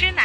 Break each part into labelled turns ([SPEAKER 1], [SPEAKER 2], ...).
[SPEAKER 1] 痴男，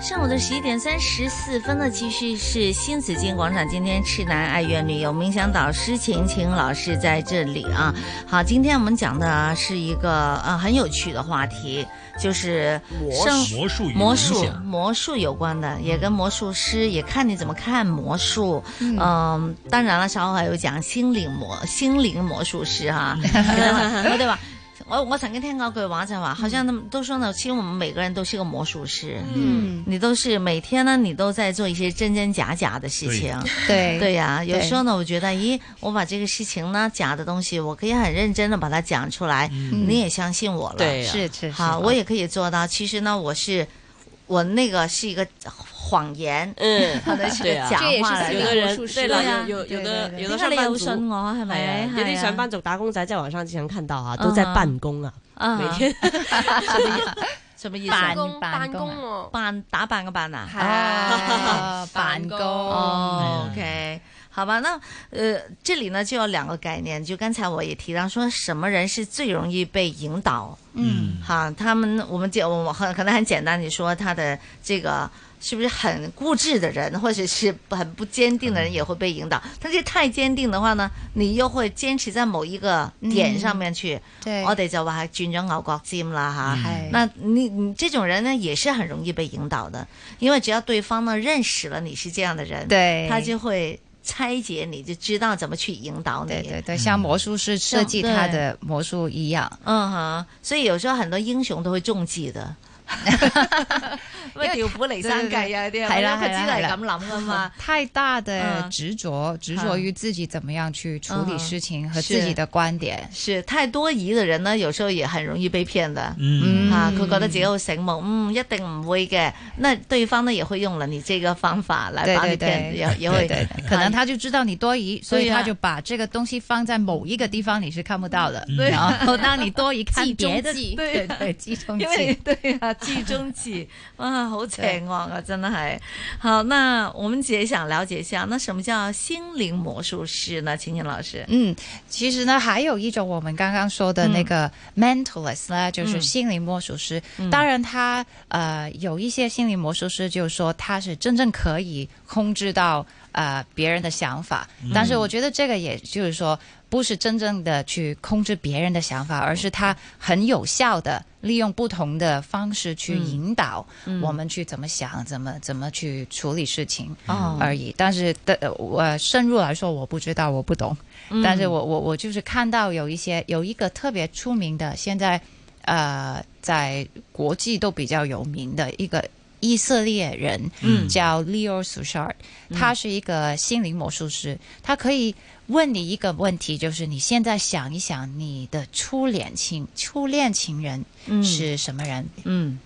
[SPEAKER 2] 上午的十一点三十四分呢，继续是新紫金广场。今天赤南爱乐女有冥想导师晴晴老师在这里啊。好，今天我们讲的是一个呃很有趣的话题，就是生
[SPEAKER 3] 魔术与
[SPEAKER 2] 魔
[SPEAKER 3] 冥
[SPEAKER 2] 术
[SPEAKER 3] 想
[SPEAKER 2] 魔术有关的，也跟魔术师，也看你怎么看魔术。嗯、当然了，稍后还有讲心灵魔心灵魔术师 哈、我哋话。我我曾经听过一句话就话，好像他们都说呢，其实我们每个人都是一个魔术师，
[SPEAKER 4] 嗯，
[SPEAKER 2] 你都是每天呢，你都在做一些真真假假的事情，
[SPEAKER 4] 對
[SPEAKER 2] 对呀、有时候呢，我觉得，咦，我把这个事情呢，假的东西，我可以很认真的把它讲出来，你也相信我了，
[SPEAKER 5] 对呀
[SPEAKER 4] 是是
[SPEAKER 2] 好，我也可以做到。其实呢，我是我那个是一个谎言，
[SPEAKER 5] 嗯，
[SPEAKER 2] 可能是
[SPEAKER 5] 對
[SPEAKER 2] 个
[SPEAKER 5] 啊
[SPEAKER 2] 假
[SPEAKER 4] 這也是
[SPEAKER 2] 話嚟
[SPEAKER 4] 私隱
[SPEAKER 2] 嘅
[SPEAKER 5] 有的
[SPEAKER 4] 魔
[SPEAKER 5] 人
[SPEAKER 4] 術師
[SPEAKER 5] 對啦，
[SPEAKER 2] 對啊
[SPEAKER 5] 有有有
[SPEAKER 4] 對
[SPEAKER 5] 的
[SPEAKER 4] 對對
[SPEAKER 5] 有
[SPEAKER 2] 點
[SPEAKER 5] 的
[SPEAKER 2] 解
[SPEAKER 5] 上
[SPEAKER 2] 你
[SPEAKER 5] 班
[SPEAKER 2] 又
[SPEAKER 5] 族，
[SPEAKER 2] 信我係
[SPEAKER 5] 哎呀
[SPEAKER 2] 咪？
[SPEAKER 5] 有啲
[SPEAKER 2] 係啊
[SPEAKER 5] 上班族打工仔，在网上经常看到啊，都在
[SPEAKER 2] 嗯
[SPEAKER 5] 办公啊，
[SPEAKER 2] 啊
[SPEAKER 5] 每天
[SPEAKER 2] 什麼意思？
[SPEAKER 4] 辦辦
[SPEAKER 6] 工辦
[SPEAKER 4] 公
[SPEAKER 6] 公
[SPEAKER 4] 啊
[SPEAKER 6] 喎，
[SPEAKER 2] 扮打扮嘅扮啊？
[SPEAKER 6] 啊，辦公，
[SPEAKER 5] 哎
[SPEAKER 2] 哦、
[SPEAKER 3] 嗯
[SPEAKER 2] o k 好吧，那呃，这里呢就有两个概念，就刚才我也提到说，什么人是最容易被引导？
[SPEAKER 3] 嗯，
[SPEAKER 2] 哈，他们我们简我很可能很简单，你说他的这个是不是很固执的人，或者是很不坚定的人也会被引导。但是太坚定的话呢，你又会坚持在某一个
[SPEAKER 6] 嗯
[SPEAKER 2] 点上面去，
[SPEAKER 6] 對，
[SPEAKER 2] 我哋就话转咗牛角尖啦哈。
[SPEAKER 6] 係
[SPEAKER 2] 那你你这种人呢，也是很容易被引导的，因为只要对方呢认识了你是这样的人，
[SPEAKER 6] 對，
[SPEAKER 2] 他就会拆解你，就知道怎么去引导你。
[SPEAKER 6] 对对对，像魔术师设计他的魔术一样，
[SPEAKER 2] 嗯哼，所以有时候很多英雄都会中计 的。
[SPEAKER 6] 因
[SPEAKER 2] 咩
[SPEAKER 6] 為
[SPEAKER 2] 調虎離山計 啊啲，
[SPEAKER 6] 係啦
[SPEAKER 2] 佢知道
[SPEAKER 6] 係
[SPEAKER 2] 係
[SPEAKER 6] 啦
[SPEAKER 2] 咁諗噶嘛。
[SPEAKER 6] 太大的
[SPEAKER 2] 嗯
[SPEAKER 6] 执着，执着于自己怎么样去处理
[SPEAKER 2] 嗯
[SPEAKER 6] 事情和
[SPEAKER 2] 是
[SPEAKER 6] 自己的观 点，
[SPEAKER 2] 是太多疑的人呢，有时候也很容易被骗的。
[SPEAKER 3] 嗯，
[SPEAKER 2] 啊，佢覺得自己好醒目，嗯，一定唔會嘅。那對方呢也會用了你這個方法來
[SPEAKER 6] 对
[SPEAKER 2] 把你
[SPEAKER 6] 对
[SPEAKER 2] 骗，
[SPEAKER 6] 对，
[SPEAKER 2] 也也
[SPEAKER 6] 对
[SPEAKER 2] 會
[SPEAKER 6] 对，可能他就知道你多疑，所以
[SPEAKER 2] 对呀
[SPEAKER 6] 他就把这个东西放在某一个地方你是看不到的，然后当你多 疑看
[SPEAKER 2] 计中
[SPEAKER 6] 别的，
[SPEAKER 2] 计
[SPEAKER 6] 对对，计中
[SPEAKER 2] 因为
[SPEAKER 6] 计，
[SPEAKER 2] 对啊，计中计， 哇，好邪恶啊，真的还好。那我们姐想了解一下，那什么叫心灵魔术师呢？晴晴老师，
[SPEAKER 6] 嗯，其实呢，还有一种我们刚刚说的那个 mentalist 呢，就是
[SPEAKER 2] 嗯
[SPEAKER 6] 心灵魔术师。当然他，呃有一些心灵魔术师，就是说他是真正可以控制到呃别人的想法，但是我觉得这个也就是说，不是真正的去控制别人的想法，而是他很有效的利用不同的方式去
[SPEAKER 2] 嗯
[SPEAKER 6] 引导我们去怎么想，怎么怎么去处理事情。
[SPEAKER 2] 哦
[SPEAKER 6] 而已。但是的，呃我深入来说，我不知道，我不懂。
[SPEAKER 2] 嗯
[SPEAKER 6] 但是我我我就是看到有一些有一个特别出名的，现在呃在国际都比较有名的一个以色列人，
[SPEAKER 3] 嗯
[SPEAKER 6] 叫 Leo s u s h a r 他是一个心灵魔术师，他可以问你一个问题，就是你现在想一想，你的初恋情初恋情人
[SPEAKER 2] 嗯
[SPEAKER 6] 是什么人？
[SPEAKER 2] 嗯，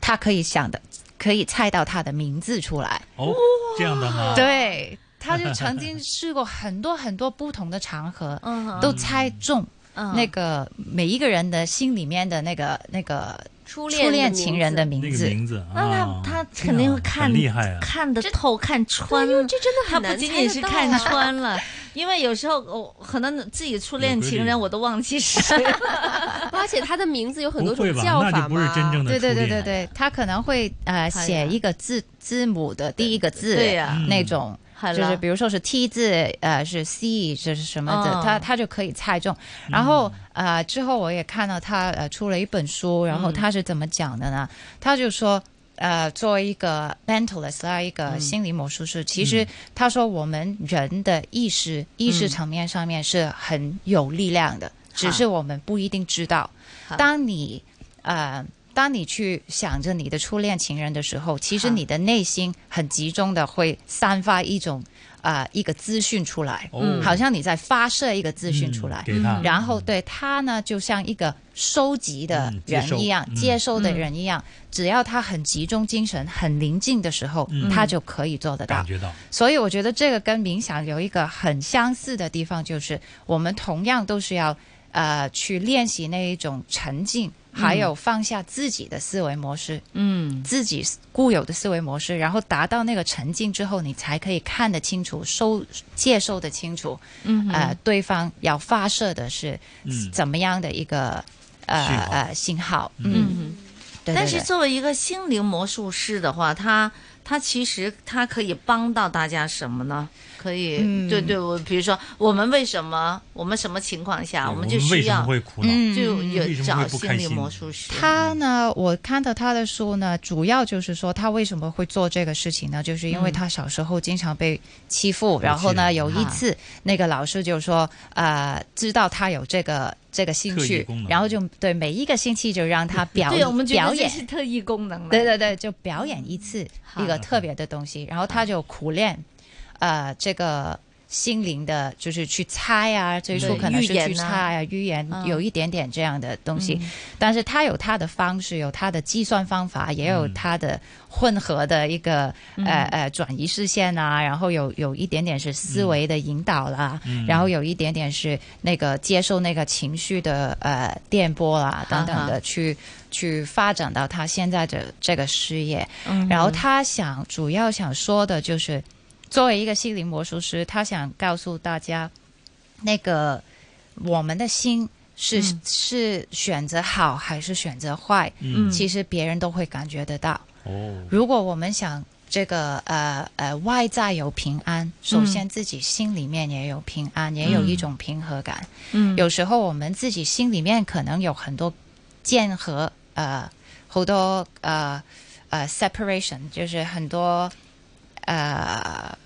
[SPEAKER 6] 他可以想的，可以猜到他的名字出来。
[SPEAKER 3] 哦，这样的吗？
[SPEAKER 6] 对，他就曾经试过很多很多不同的场合，
[SPEAKER 2] 嗯哼
[SPEAKER 6] 都猜中
[SPEAKER 2] 嗯
[SPEAKER 6] 那个每一个人的心里面的那个那个
[SPEAKER 1] 初
[SPEAKER 6] 初
[SPEAKER 1] 恋
[SPEAKER 6] 恋情人的名
[SPEAKER 3] 那个
[SPEAKER 6] 字。
[SPEAKER 3] 名字，
[SPEAKER 2] 那
[SPEAKER 3] 啊
[SPEAKER 2] 他他
[SPEAKER 3] 这样
[SPEAKER 2] 肯定会看
[SPEAKER 3] 很厉害啊，
[SPEAKER 2] 看得透、看穿，
[SPEAKER 1] 这真的
[SPEAKER 2] 他
[SPEAKER 1] 很
[SPEAKER 2] 不
[SPEAKER 1] 难
[SPEAKER 2] 仅仅是
[SPEAKER 1] 猜得到
[SPEAKER 2] 看
[SPEAKER 1] 啊
[SPEAKER 2] 穿了， 因为有时候我可能自己初恋
[SPEAKER 3] 有规律
[SPEAKER 2] 情人我都忘记 是谁了。
[SPEAKER 1] 而且他的名字有很
[SPEAKER 3] 不
[SPEAKER 1] 多
[SPEAKER 3] 会
[SPEAKER 1] 种
[SPEAKER 3] 吧？
[SPEAKER 1] 叫法
[SPEAKER 3] 那
[SPEAKER 1] 嘛。
[SPEAKER 3] 就不是真正的
[SPEAKER 6] 对对
[SPEAKER 3] 初
[SPEAKER 6] 对
[SPEAKER 3] 恋
[SPEAKER 6] 对对，他可能会
[SPEAKER 2] 呀
[SPEAKER 6] 呃写一个字字母的第一个字，
[SPEAKER 2] 对哎呀
[SPEAKER 6] 那种
[SPEAKER 2] 好了
[SPEAKER 6] 就是比如说是 T 字，呃是 C 这是什么的，
[SPEAKER 2] 哦
[SPEAKER 6] 他他就可以猜中。然后呃之后我也看到他呃出了一本书，然后他是怎么讲的呢？他就说。呃，作为一个 mentalist 啊，一个心理魔术师，其实他说我们人的意识、意识层面上面是很有力量的，只是我们不一定知道。当你呃当你去想着你的初恋情人的时候，其实
[SPEAKER 2] 好
[SPEAKER 6] 你的内心很集中的会散发一种啊、呃一个资讯出来，
[SPEAKER 3] 哦
[SPEAKER 6] 好像你在发射一个资讯出
[SPEAKER 3] 嗯
[SPEAKER 6] 来，
[SPEAKER 3] 给他，
[SPEAKER 6] 然后对他呢，就像一个收集的
[SPEAKER 3] 嗯接收
[SPEAKER 6] 人一样，
[SPEAKER 3] 嗯
[SPEAKER 6] 接收的人一样，只要他很集中精神、很宁静的时候，
[SPEAKER 3] 嗯
[SPEAKER 6] 他就可以做得到
[SPEAKER 3] 感。觉到，
[SPEAKER 6] 所以我觉得这个跟冥想有一个很相似的地方，就是我们同样都是要呃去练习那一种沉静，还有放下自己的思维模式，
[SPEAKER 2] 嗯
[SPEAKER 6] 自己固有的思维模式，然后达到那个沉静之后，你才可以看得清楚、收接收的清楚，
[SPEAKER 2] 嗯哼
[SPEAKER 6] 呃，对方要发射的是
[SPEAKER 3] 嗯
[SPEAKER 6] 怎么样的一个、
[SPEAKER 3] 信
[SPEAKER 6] 呃
[SPEAKER 3] 号
[SPEAKER 6] 呃信号？
[SPEAKER 2] 嗯
[SPEAKER 6] 嗯，
[SPEAKER 2] 哼。
[SPEAKER 6] 对对
[SPEAKER 2] 但是
[SPEAKER 6] 对
[SPEAKER 2] 作为一个心灵魔术师的话，他他其实他可以帮到大家什么呢？可以，
[SPEAKER 6] 嗯
[SPEAKER 2] 对对，我比如说我们为什么我们什么情况下
[SPEAKER 3] 我
[SPEAKER 2] 啊们就
[SPEAKER 3] 为
[SPEAKER 2] 需
[SPEAKER 3] 什么
[SPEAKER 2] 要
[SPEAKER 3] 会苦恼？
[SPEAKER 6] 嗯
[SPEAKER 2] 就有
[SPEAKER 3] 为什么
[SPEAKER 2] 找
[SPEAKER 3] 会不开
[SPEAKER 2] 心灵
[SPEAKER 3] 心
[SPEAKER 2] 魔术师？
[SPEAKER 6] 他呢，我看到他的书呢，主要就是说他为什么会做这个事情呢？就是因为他小时候经常被欺负，然后
[SPEAKER 3] 我
[SPEAKER 6] 呢，
[SPEAKER 3] 记得
[SPEAKER 6] 有一次那个老师就说，呃，知道他有这个这个兴
[SPEAKER 3] 特异
[SPEAKER 6] 趣
[SPEAKER 3] 功，能
[SPEAKER 6] 然后就对每一个星期就让他表
[SPEAKER 2] 对我们觉
[SPEAKER 6] 表
[SPEAKER 2] 得这
[SPEAKER 6] 演。
[SPEAKER 2] 是特异功能了，
[SPEAKER 6] 对对对，就表演一次
[SPEAKER 2] 嗯
[SPEAKER 6] 一个特别的东西，然后他就苦练，呃，这个心灵的，就是去猜啊，最初
[SPEAKER 2] 对
[SPEAKER 6] 可能
[SPEAKER 2] 预
[SPEAKER 6] 是
[SPEAKER 2] 言
[SPEAKER 6] 去
[SPEAKER 2] 呐
[SPEAKER 6] 猜啊，预言
[SPEAKER 2] 嗯
[SPEAKER 6] 有一点点这样的东西，但是他有他的方式，有他的计算方法，也有
[SPEAKER 3] 嗯
[SPEAKER 6] 他的混合的一个
[SPEAKER 2] 嗯
[SPEAKER 6] 呃呃转移视线啊，然后有有一点点是
[SPEAKER 2] 嗯
[SPEAKER 6] 思维的引导啦，
[SPEAKER 3] 嗯
[SPEAKER 6] 然后有一点点是那个接受那个情绪的呃电波啦等等
[SPEAKER 2] 哈
[SPEAKER 6] 的去去发展到他现在的这个事业。
[SPEAKER 2] 嗯
[SPEAKER 6] 然后他想主要想说的就是，作为一个心灵魔术师，他想告诉大家，那个我们的心是、
[SPEAKER 2] 嗯
[SPEAKER 6] 是选择好还是选择坏，
[SPEAKER 3] 嗯
[SPEAKER 6] 其实别人都会感觉得到。
[SPEAKER 3] 哦，
[SPEAKER 6] 如果我们想这个呃呃外在有平安，首
[SPEAKER 2] 嗯
[SPEAKER 6] 先自己心里面也有平安，也有一种平和感。
[SPEAKER 2] 嗯
[SPEAKER 6] 有时候我们自己心里面可能有很多间和呃好多呃呃 separation，就是很多呃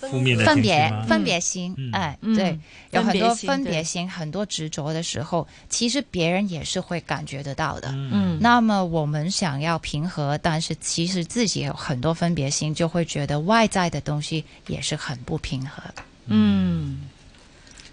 [SPEAKER 3] 负面的
[SPEAKER 6] 分
[SPEAKER 3] 情绪
[SPEAKER 6] 别
[SPEAKER 3] 吗
[SPEAKER 6] 分别心
[SPEAKER 3] 嗯，
[SPEAKER 6] 哎、
[SPEAKER 2] 嗯
[SPEAKER 6] 对，有很
[SPEAKER 2] 分别
[SPEAKER 6] 多
[SPEAKER 2] 心
[SPEAKER 6] 分别心，很多执着的时候，其实别人也是会感觉得到的。
[SPEAKER 3] 嗯
[SPEAKER 2] 嗯
[SPEAKER 6] 那么我们想要平和，但是其实自己有很多分别心，就会觉得外在的东西也是很不平和。
[SPEAKER 2] 嗯，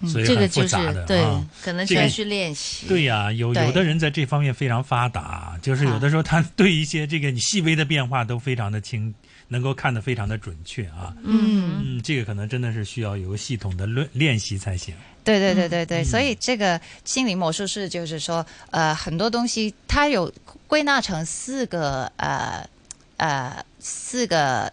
[SPEAKER 3] 所以
[SPEAKER 2] 这个
[SPEAKER 3] 很复
[SPEAKER 2] 就是
[SPEAKER 3] 杂的
[SPEAKER 2] 对
[SPEAKER 3] 啊。，
[SPEAKER 2] 可能
[SPEAKER 3] 这
[SPEAKER 2] 需
[SPEAKER 3] 个
[SPEAKER 2] 要去练习，
[SPEAKER 3] 对呀、有
[SPEAKER 6] 对
[SPEAKER 3] 有的人在这方面非常发达，就是
[SPEAKER 2] 啊
[SPEAKER 3] 有的时候他对一些这个你细微的变化都非常的清，能够看得非常的准确啊。
[SPEAKER 2] 嗯
[SPEAKER 3] 嗯，这个可能真的是需要有系统的练练习才行。
[SPEAKER 6] 对对对对对，所以这个心灵魔术师就是说，呃，很多东西它有归纳成四个呃呃四个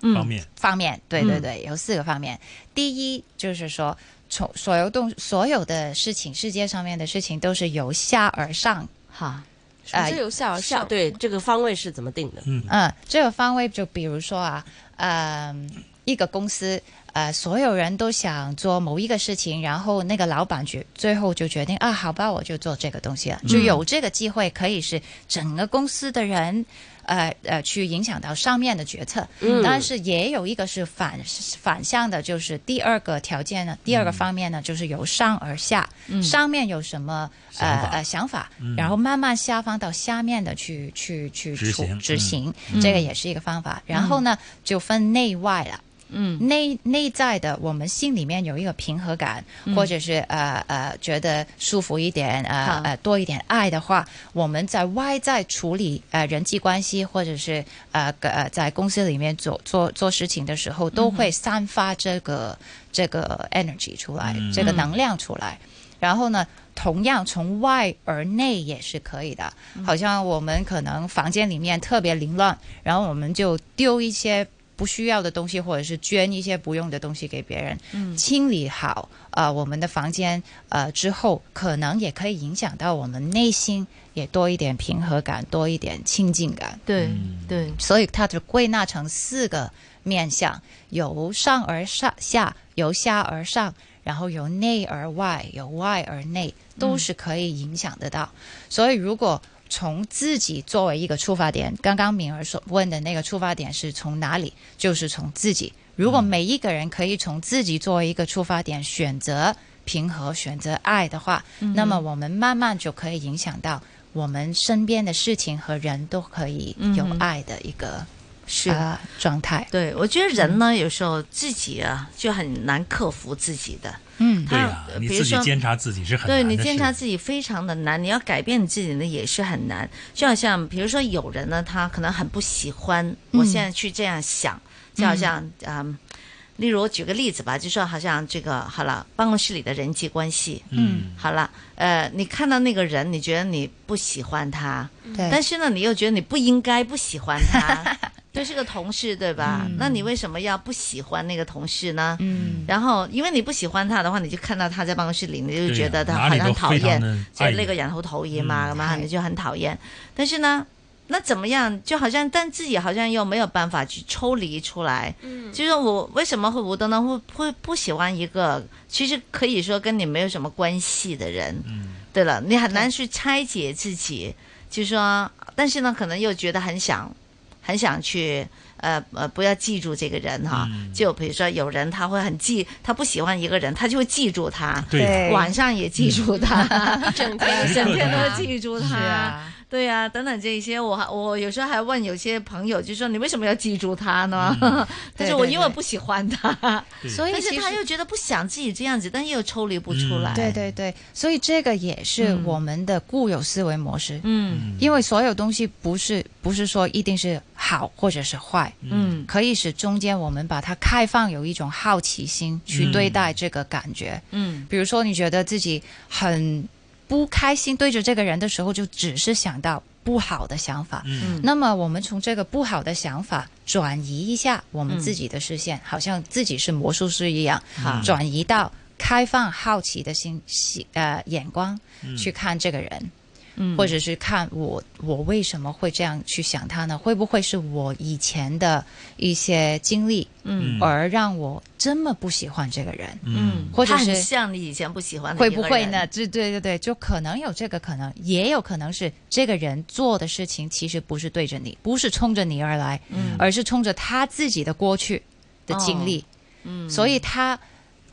[SPEAKER 2] 嗯
[SPEAKER 3] 方面，
[SPEAKER 6] 方面，对对对，有四个方面。第一就是说，从所有东所有的事情，世界上面的事情都是由下而上，呃
[SPEAKER 2] 好，
[SPEAKER 1] 么是由下而上？
[SPEAKER 5] 对，这个方位是怎么定的？
[SPEAKER 3] 嗯
[SPEAKER 2] 呃
[SPEAKER 6] 嗯，这个方位就比如说啊，呃，一个公司。呃，所有人都想做某一个事情，然后那个老板决最后就决定啊，好吧，我就做这个东西了，
[SPEAKER 3] 嗯
[SPEAKER 6] 就有这个机会可以是整个公司的人，呃呃，去影响到上面的决策。
[SPEAKER 5] 嗯
[SPEAKER 6] 但是也有一个是反反向的，就是第二个条件
[SPEAKER 3] 嗯
[SPEAKER 6] 呢，第二个方面呢，就是由上而下，上面有什么
[SPEAKER 3] 想
[SPEAKER 6] 呃
[SPEAKER 3] 法
[SPEAKER 6] 呃想法
[SPEAKER 3] 嗯，
[SPEAKER 6] 然后慢慢下放到下面的去去去
[SPEAKER 3] 执
[SPEAKER 6] 处
[SPEAKER 3] 行
[SPEAKER 6] 执
[SPEAKER 3] 嗯
[SPEAKER 6] 行，这个也是一个方法。然后呢，就分内外了。
[SPEAKER 2] 嗯
[SPEAKER 6] 内内在的，我们心里面有一个平和感，
[SPEAKER 2] 嗯
[SPEAKER 6] 或者是呃呃觉得舒服一点，
[SPEAKER 2] 好
[SPEAKER 6] 呃呃多一点爱的话，我们在外在处理呃人际关系，或者是呃个呃在公司里面做做做事情的时候，都会散发这个、这个 energy 出来，
[SPEAKER 3] 嗯
[SPEAKER 6] 这个能量出来。然后呢，同样从外而内也是可以的。
[SPEAKER 2] 嗯
[SPEAKER 6] 好像我们可能房间里面特别凌乱，然后我们就丢一些不需要的东西，或者是捐一些不用的东西给别人。清理好呃我们的房间呃之后，可能也可以影响到我们内心，也多一点平和感，多一点亲近感。
[SPEAKER 2] 对
[SPEAKER 3] 嗯
[SPEAKER 2] 对，
[SPEAKER 6] 所以它就归纳成四个面向：由上而上下，由下而上，然后由内而外，由外而内，都是可以影响得到。所以如果从自己作为一个出发点，刚刚敏儿所问的那个出发点是从哪里？就是从自己。如果每一个人可以从自己作为一个出发点
[SPEAKER 2] 嗯
[SPEAKER 6] 选择平和、选择爱的话，那么我们慢慢就可以影响到我们身边的事情和人都可以有爱的一个
[SPEAKER 2] 是嗯
[SPEAKER 6] 呃状态。
[SPEAKER 2] 对，我觉得人呢，有时候自己啊就很难克服自己的。
[SPEAKER 6] 嗯，
[SPEAKER 3] 对呀、
[SPEAKER 2] 他
[SPEAKER 3] 你
[SPEAKER 2] 比如
[SPEAKER 3] 自己
[SPEAKER 2] 说
[SPEAKER 3] 监察自己是很难
[SPEAKER 2] 对
[SPEAKER 3] 的
[SPEAKER 2] 你监察
[SPEAKER 3] 事
[SPEAKER 2] 自己非常的难，你要改变你自己呢也是很难。就好像比如说有人呢，他可能很不喜欢，我现在去这样想，就好像嗯。例如，我举个例子吧，就说好像这个好了，办公室里的人际关系，
[SPEAKER 3] 嗯，
[SPEAKER 2] 好了，呃，你看到那个人，你觉得你不喜欢他，
[SPEAKER 6] 对，
[SPEAKER 2] 但是呢，你又觉得你不应该不喜欢他，这是个同事对吧？那你为什么要不喜欢那个同事呢？
[SPEAKER 6] 嗯，
[SPEAKER 2] 然后，因为你不喜欢他的话，你就看到他在办公室里，你就
[SPEAKER 3] 对
[SPEAKER 2] 觉得
[SPEAKER 3] 呀哪
[SPEAKER 2] 他好
[SPEAKER 3] 里
[SPEAKER 2] 像
[SPEAKER 3] 都
[SPEAKER 2] 讨
[SPEAKER 3] 非常
[SPEAKER 2] 厌，
[SPEAKER 3] 的
[SPEAKER 2] 就
[SPEAKER 3] 爱
[SPEAKER 2] 那个
[SPEAKER 3] 你
[SPEAKER 2] 人好讨厌嘛，
[SPEAKER 3] 哎嗯
[SPEAKER 2] 咁啊，
[SPEAKER 6] 是
[SPEAKER 2] 你就很讨厌。但是呢，那怎么样？就好像，但自己好像又没有办法去抽离出来。
[SPEAKER 1] 嗯
[SPEAKER 2] 就是我为什么会无端端会会不喜欢一个，其实可以说跟你没有什么关系的人。
[SPEAKER 3] 嗯
[SPEAKER 2] 对了，你很难去拆解自己，就说，但是呢，可能又觉得很想，很想去，呃呃，不要记住这个人哈。
[SPEAKER 3] 嗯
[SPEAKER 2] 就比如说，有人他会很记，他不喜欢一个人，他就会记住他，
[SPEAKER 3] 对呀、
[SPEAKER 2] 晚上也记住他，
[SPEAKER 1] 整天
[SPEAKER 2] 整天都会记住
[SPEAKER 6] 啊是
[SPEAKER 2] 他。
[SPEAKER 6] 啊，
[SPEAKER 2] 对呀、等等这些，我还我有时候还问有些朋友，就说你为什么要记住他呢？
[SPEAKER 6] 嗯
[SPEAKER 2] 但是我
[SPEAKER 6] 对对
[SPEAKER 2] 因为
[SPEAKER 6] 对
[SPEAKER 2] 不喜欢他，
[SPEAKER 3] 对
[SPEAKER 6] 所以
[SPEAKER 2] 但是
[SPEAKER 6] 其
[SPEAKER 2] 他
[SPEAKER 6] 实
[SPEAKER 2] 又觉得不想自己这样子，但又抽离不出
[SPEAKER 3] 嗯
[SPEAKER 2] 来。
[SPEAKER 6] 对对对，所以这个也是
[SPEAKER 2] 嗯
[SPEAKER 6] 我们的固有思维模式，
[SPEAKER 2] 嗯
[SPEAKER 3] 嗯
[SPEAKER 6] 因为所有东西不是不是说一定是好或者是坏，
[SPEAKER 3] 嗯
[SPEAKER 2] 嗯
[SPEAKER 6] 可以使中间我们把它开放，有一种好奇心去对待这个感觉。
[SPEAKER 2] 嗯
[SPEAKER 6] 比如说，你觉得自己很不开心，对着这个人的时候，就只是想到不好的想法。
[SPEAKER 3] 嗯
[SPEAKER 6] 那么，我们从这个不好的想法转移一下我们
[SPEAKER 2] 嗯
[SPEAKER 6] 自己的视线，好像自己是魔术师一样，
[SPEAKER 2] 好
[SPEAKER 6] 转移到开放好奇的心喜呃眼光
[SPEAKER 3] 嗯
[SPEAKER 6] 去看这个人。
[SPEAKER 2] 嗯
[SPEAKER 6] 或者是看我我为什么会这样去想他呢？会不会是我以前的一些经历，
[SPEAKER 2] 嗯
[SPEAKER 3] 嗯
[SPEAKER 6] 而让我这么不喜欢这个人？
[SPEAKER 2] 嗯，
[SPEAKER 6] 或者
[SPEAKER 2] 他很
[SPEAKER 6] 是
[SPEAKER 2] 像你以前不喜欢的
[SPEAKER 6] 会
[SPEAKER 2] 一个
[SPEAKER 6] 不会
[SPEAKER 2] 人
[SPEAKER 6] 呢？？这对对对，就可能有这个可能，也有可能是这个人做的事情其实不是对着你，不是冲着你而来，
[SPEAKER 2] 嗯
[SPEAKER 6] 而是冲着他自己的过去的经历，
[SPEAKER 2] 嗯
[SPEAKER 6] 所以他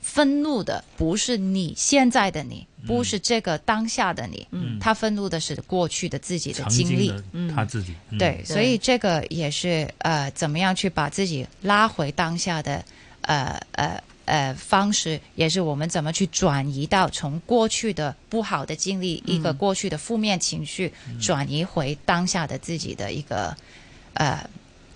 [SPEAKER 6] 愤怒的不是你现在的你，不是这个当下的你，
[SPEAKER 2] 嗯
[SPEAKER 6] 他愤怒的是过去的自己的
[SPEAKER 3] 曾
[SPEAKER 6] 经历。
[SPEAKER 3] 经的他自己、嗯、
[SPEAKER 6] 对，所以这个也是呃，怎么样去把自己拉回当下的呃呃呃方式，也是我们怎么去转移到从过去的不好的经历，一
[SPEAKER 3] 嗯
[SPEAKER 6] 个过去的负面情绪，转移回当下的自己的一个呃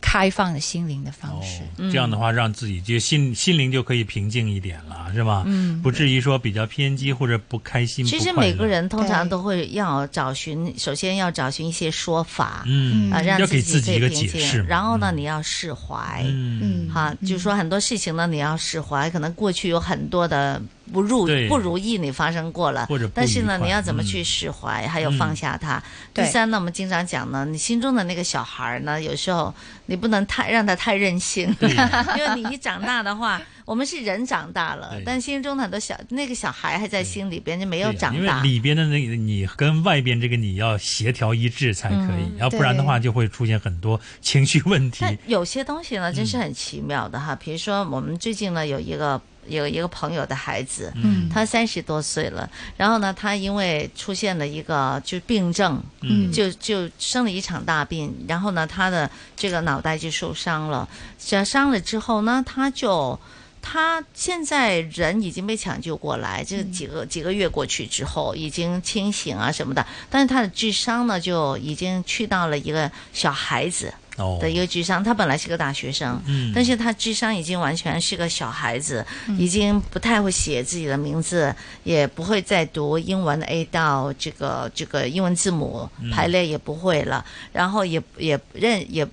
[SPEAKER 6] 开放的心灵的方
[SPEAKER 3] 哦
[SPEAKER 6] 式。，
[SPEAKER 3] 这样的话
[SPEAKER 2] 嗯
[SPEAKER 3] 让自己就心心灵就可以平静一点了，是吧？嗯，不至于说比较偏激或者不开心。
[SPEAKER 2] 其
[SPEAKER 3] 不
[SPEAKER 2] 实
[SPEAKER 3] 快
[SPEAKER 2] 每个
[SPEAKER 3] 乐，
[SPEAKER 2] 人通常
[SPEAKER 6] 对
[SPEAKER 2] 都会要找寻，首先要找寻一些说法，
[SPEAKER 3] 嗯，
[SPEAKER 2] 啊，让
[SPEAKER 3] 要给自
[SPEAKER 2] 自己
[SPEAKER 3] 己
[SPEAKER 2] 可以
[SPEAKER 3] 一个
[SPEAKER 2] 平
[SPEAKER 3] 解
[SPEAKER 2] 静
[SPEAKER 3] 释嘛。
[SPEAKER 2] 然后呢，你要释怀。
[SPEAKER 3] 嗯，
[SPEAKER 2] 哈，就是说很多事情呢，你要释怀。可能过去有很多的不如
[SPEAKER 3] 对
[SPEAKER 2] 不如意，你发生过了
[SPEAKER 3] 或者不，
[SPEAKER 2] 但是呢
[SPEAKER 3] 愉，快
[SPEAKER 2] 你要怎么
[SPEAKER 3] 嗯
[SPEAKER 2] 去释怀，还有
[SPEAKER 3] 嗯
[SPEAKER 2] 放下它。第
[SPEAKER 6] 对
[SPEAKER 2] 三呢，我们经常讲呢，你心中的那个小孩儿呢，有时候你不能太让他太任性， 因为你一长大的话，我们是人长大了
[SPEAKER 3] 对，
[SPEAKER 2] 但心中的很多小那个小孩还在心里边，就没
[SPEAKER 3] 没
[SPEAKER 2] 有长
[SPEAKER 3] 因为
[SPEAKER 2] 大。
[SPEAKER 3] 里边的那个你跟外边这个你要协调一致才可
[SPEAKER 2] 嗯
[SPEAKER 3] 以，要不然的话就会出现很多情绪问题。
[SPEAKER 2] 但有些东西呢，真
[SPEAKER 3] 嗯
[SPEAKER 2] 是很奇妙的哈。比如说，我们最近呢有一个有一个朋友的孩子，
[SPEAKER 3] 嗯
[SPEAKER 2] 他三十多岁了，然后呢，他因为出现了一个就是病症，
[SPEAKER 3] 嗯
[SPEAKER 2] 就就生了一场大病，然后呢，他的这个脑袋就受伤了，这伤了之后呢，他就。他现在人已经被抢救过来，这
[SPEAKER 3] 嗯
[SPEAKER 2] 几个几个月过去之后，已经清醒啊什么的，但是他的智商呢，就已经去到了一个小孩子，
[SPEAKER 3] 哦，
[SPEAKER 2] 的一个智商，他本来是个大学生，
[SPEAKER 3] 嗯，
[SPEAKER 2] 但是他智商已经完全是个小孩子，已经不太会写自己的名字，也不会再读英文 A 到这个这个英文字母
[SPEAKER 3] 嗯
[SPEAKER 2] 排列也不会了，然后也也认也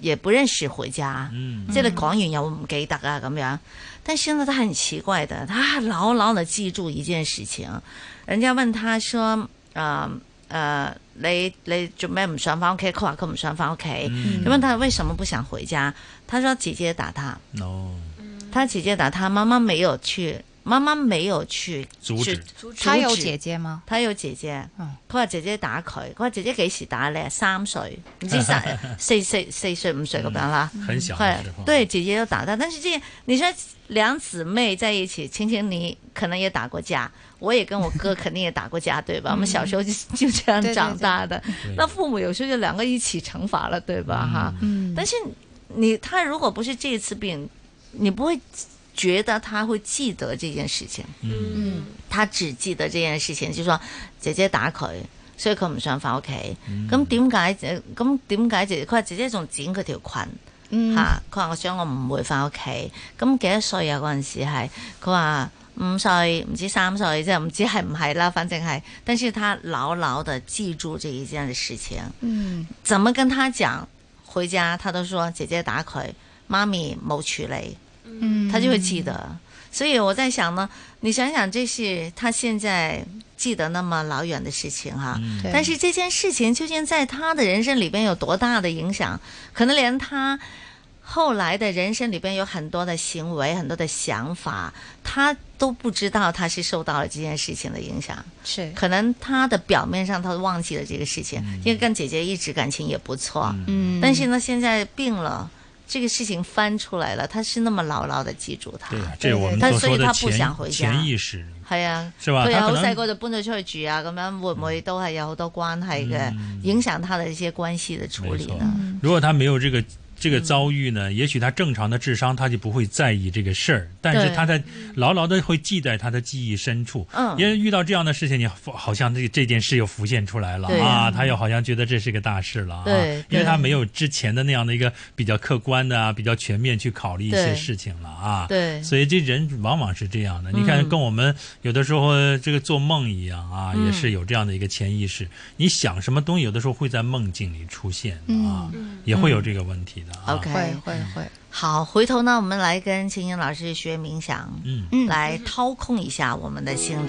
[SPEAKER 2] 也不认识回家，
[SPEAKER 3] 嗯
[SPEAKER 2] 即系你講完又唔記得啊咁樣。但是呢，他很奇怪的，他牢牢的記住一件事情。人家問他說：，呃呃，你你做咩唔想翻屋企？佢話佢唔想翻屋企。
[SPEAKER 3] 嗯
[SPEAKER 2] 你問他為什麼不想回家？他說姐姐打他，
[SPEAKER 3] 哦，
[SPEAKER 2] 他姐姐打他，媽媽沒有去妈妈没有去
[SPEAKER 3] 阻止
[SPEAKER 2] 去
[SPEAKER 1] 阻止
[SPEAKER 6] 他有姐姐吗？
[SPEAKER 2] 佢有姐姐
[SPEAKER 6] 嗯，
[SPEAKER 2] 佢話姐姐打佢，佢話姐姐幾時打你？三歲，唔知三 四四四歲五歲咁樣啦。
[SPEAKER 3] 很小
[SPEAKER 2] 嗯快
[SPEAKER 3] 的时候，
[SPEAKER 2] 对，姐姐有打他，但是这你说两姊妹在一起，青青你可能也打过架，我也跟我 哥肯定也打过架，对吧？我们小时候就就这样
[SPEAKER 6] 嗯对对
[SPEAKER 2] 长大的，
[SPEAKER 3] 对
[SPEAKER 2] 那父母有时候就两个一起惩罚了，对吧？哈、
[SPEAKER 6] 嗯
[SPEAKER 2] 但是你他如果不是这次病，你不会觉得他会记得这件事情，
[SPEAKER 3] 嗯
[SPEAKER 1] 嗯
[SPEAKER 2] 他只记得这件事情，就說姐姐打佢。所以佢唔想翻屋企，
[SPEAKER 6] 嗯
[SPEAKER 2] 咁點解？呃咁點解姐？佢話姐姐仲剪佢條裙，
[SPEAKER 6] 嗯
[SPEAKER 2] 吓，佢話我想我唔會翻屋企，咁幾多歲啊？嗰陣時係佢話五歲，唔知三歲，即係唔知係唔係啦，反正係。但是他牢牢的記住這一件事情，
[SPEAKER 6] 嗯
[SPEAKER 2] 怎麼跟他講？回家他都說姐姐打佢，媽咪冇處理，
[SPEAKER 6] 嗯，
[SPEAKER 2] 他就會記得。所以我在想呢，你想想，这是他現在記得那麼老遠的事情哈、
[SPEAKER 3] 嗯
[SPEAKER 6] 对
[SPEAKER 2] 但是这件事情究竟在他的人生里边有多大的影响？可能连他后来的人生里边有很多的行为、很多的想法，他都不知道他是受到了这件事情的影响。
[SPEAKER 6] 是
[SPEAKER 2] 可能他的表面上他忘记了这个事情，
[SPEAKER 3] 嗯
[SPEAKER 2] 因为跟姐姐一直感情也不错，
[SPEAKER 6] 嗯，
[SPEAKER 2] 但是呢，现在病了，这个事情翻出来了，他是那么牢牢的记住他
[SPEAKER 3] 对。啊，这我们
[SPEAKER 2] 他
[SPEAKER 3] 所
[SPEAKER 2] 所
[SPEAKER 3] 说
[SPEAKER 2] 以
[SPEAKER 3] 的
[SPEAKER 2] 他不想回
[SPEAKER 3] 潜
[SPEAKER 2] 家
[SPEAKER 3] 潜意识，
[SPEAKER 2] 系啊，
[SPEAKER 3] 是吧
[SPEAKER 2] 佢
[SPEAKER 3] 他
[SPEAKER 2] 又
[SPEAKER 3] 可
[SPEAKER 2] 好
[SPEAKER 3] 能
[SPEAKER 2] 細個就搬咗出去住啊，咁樣會唔會都係有好多關係嘅、影響他的一些關係嘅處理
[SPEAKER 3] 嗯沒錯
[SPEAKER 2] 呢？
[SPEAKER 3] 如果他没有这
[SPEAKER 2] 嗯
[SPEAKER 3] 个这个遭遇呢，也许他正常的智商他就不会在意这个事儿，但是
[SPEAKER 2] 对
[SPEAKER 3] 他在牢牢的会记在他的记忆深处。
[SPEAKER 2] 嗯
[SPEAKER 3] 因为遇到这样的事情，你好好像这这件事又浮现出来了
[SPEAKER 2] 对
[SPEAKER 3] 啊，他又好像觉得这是个大事了啊，
[SPEAKER 2] 对
[SPEAKER 3] 因为
[SPEAKER 2] 对
[SPEAKER 3] 他没有之前的那样的一个比较客观的啊，比较全面去考虑一些
[SPEAKER 2] 对
[SPEAKER 3] 事情了啊。
[SPEAKER 2] 對，
[SPEAKER 3] 所以这人往往是这样的，你看，跟我们有的时候这个做梦一样啊，
[SPEAKER 2] 嗯
[SPEAKER 3] 也是有这样的一个潜意识。你想什么东西，有的时候会在梦境里出现啊，也会有这个问题的啊。
[SPEAKER 2] OK
[SPEAKER 6] 会会会，
[SPEAKER 2] 好，回头呢，我们来跟秦英老师学冥想，
[SPEAKER 3] 嗯。
[SPEAKER 6] 嗯
[SPEAKER 2] 来掏空一下我们的心灵。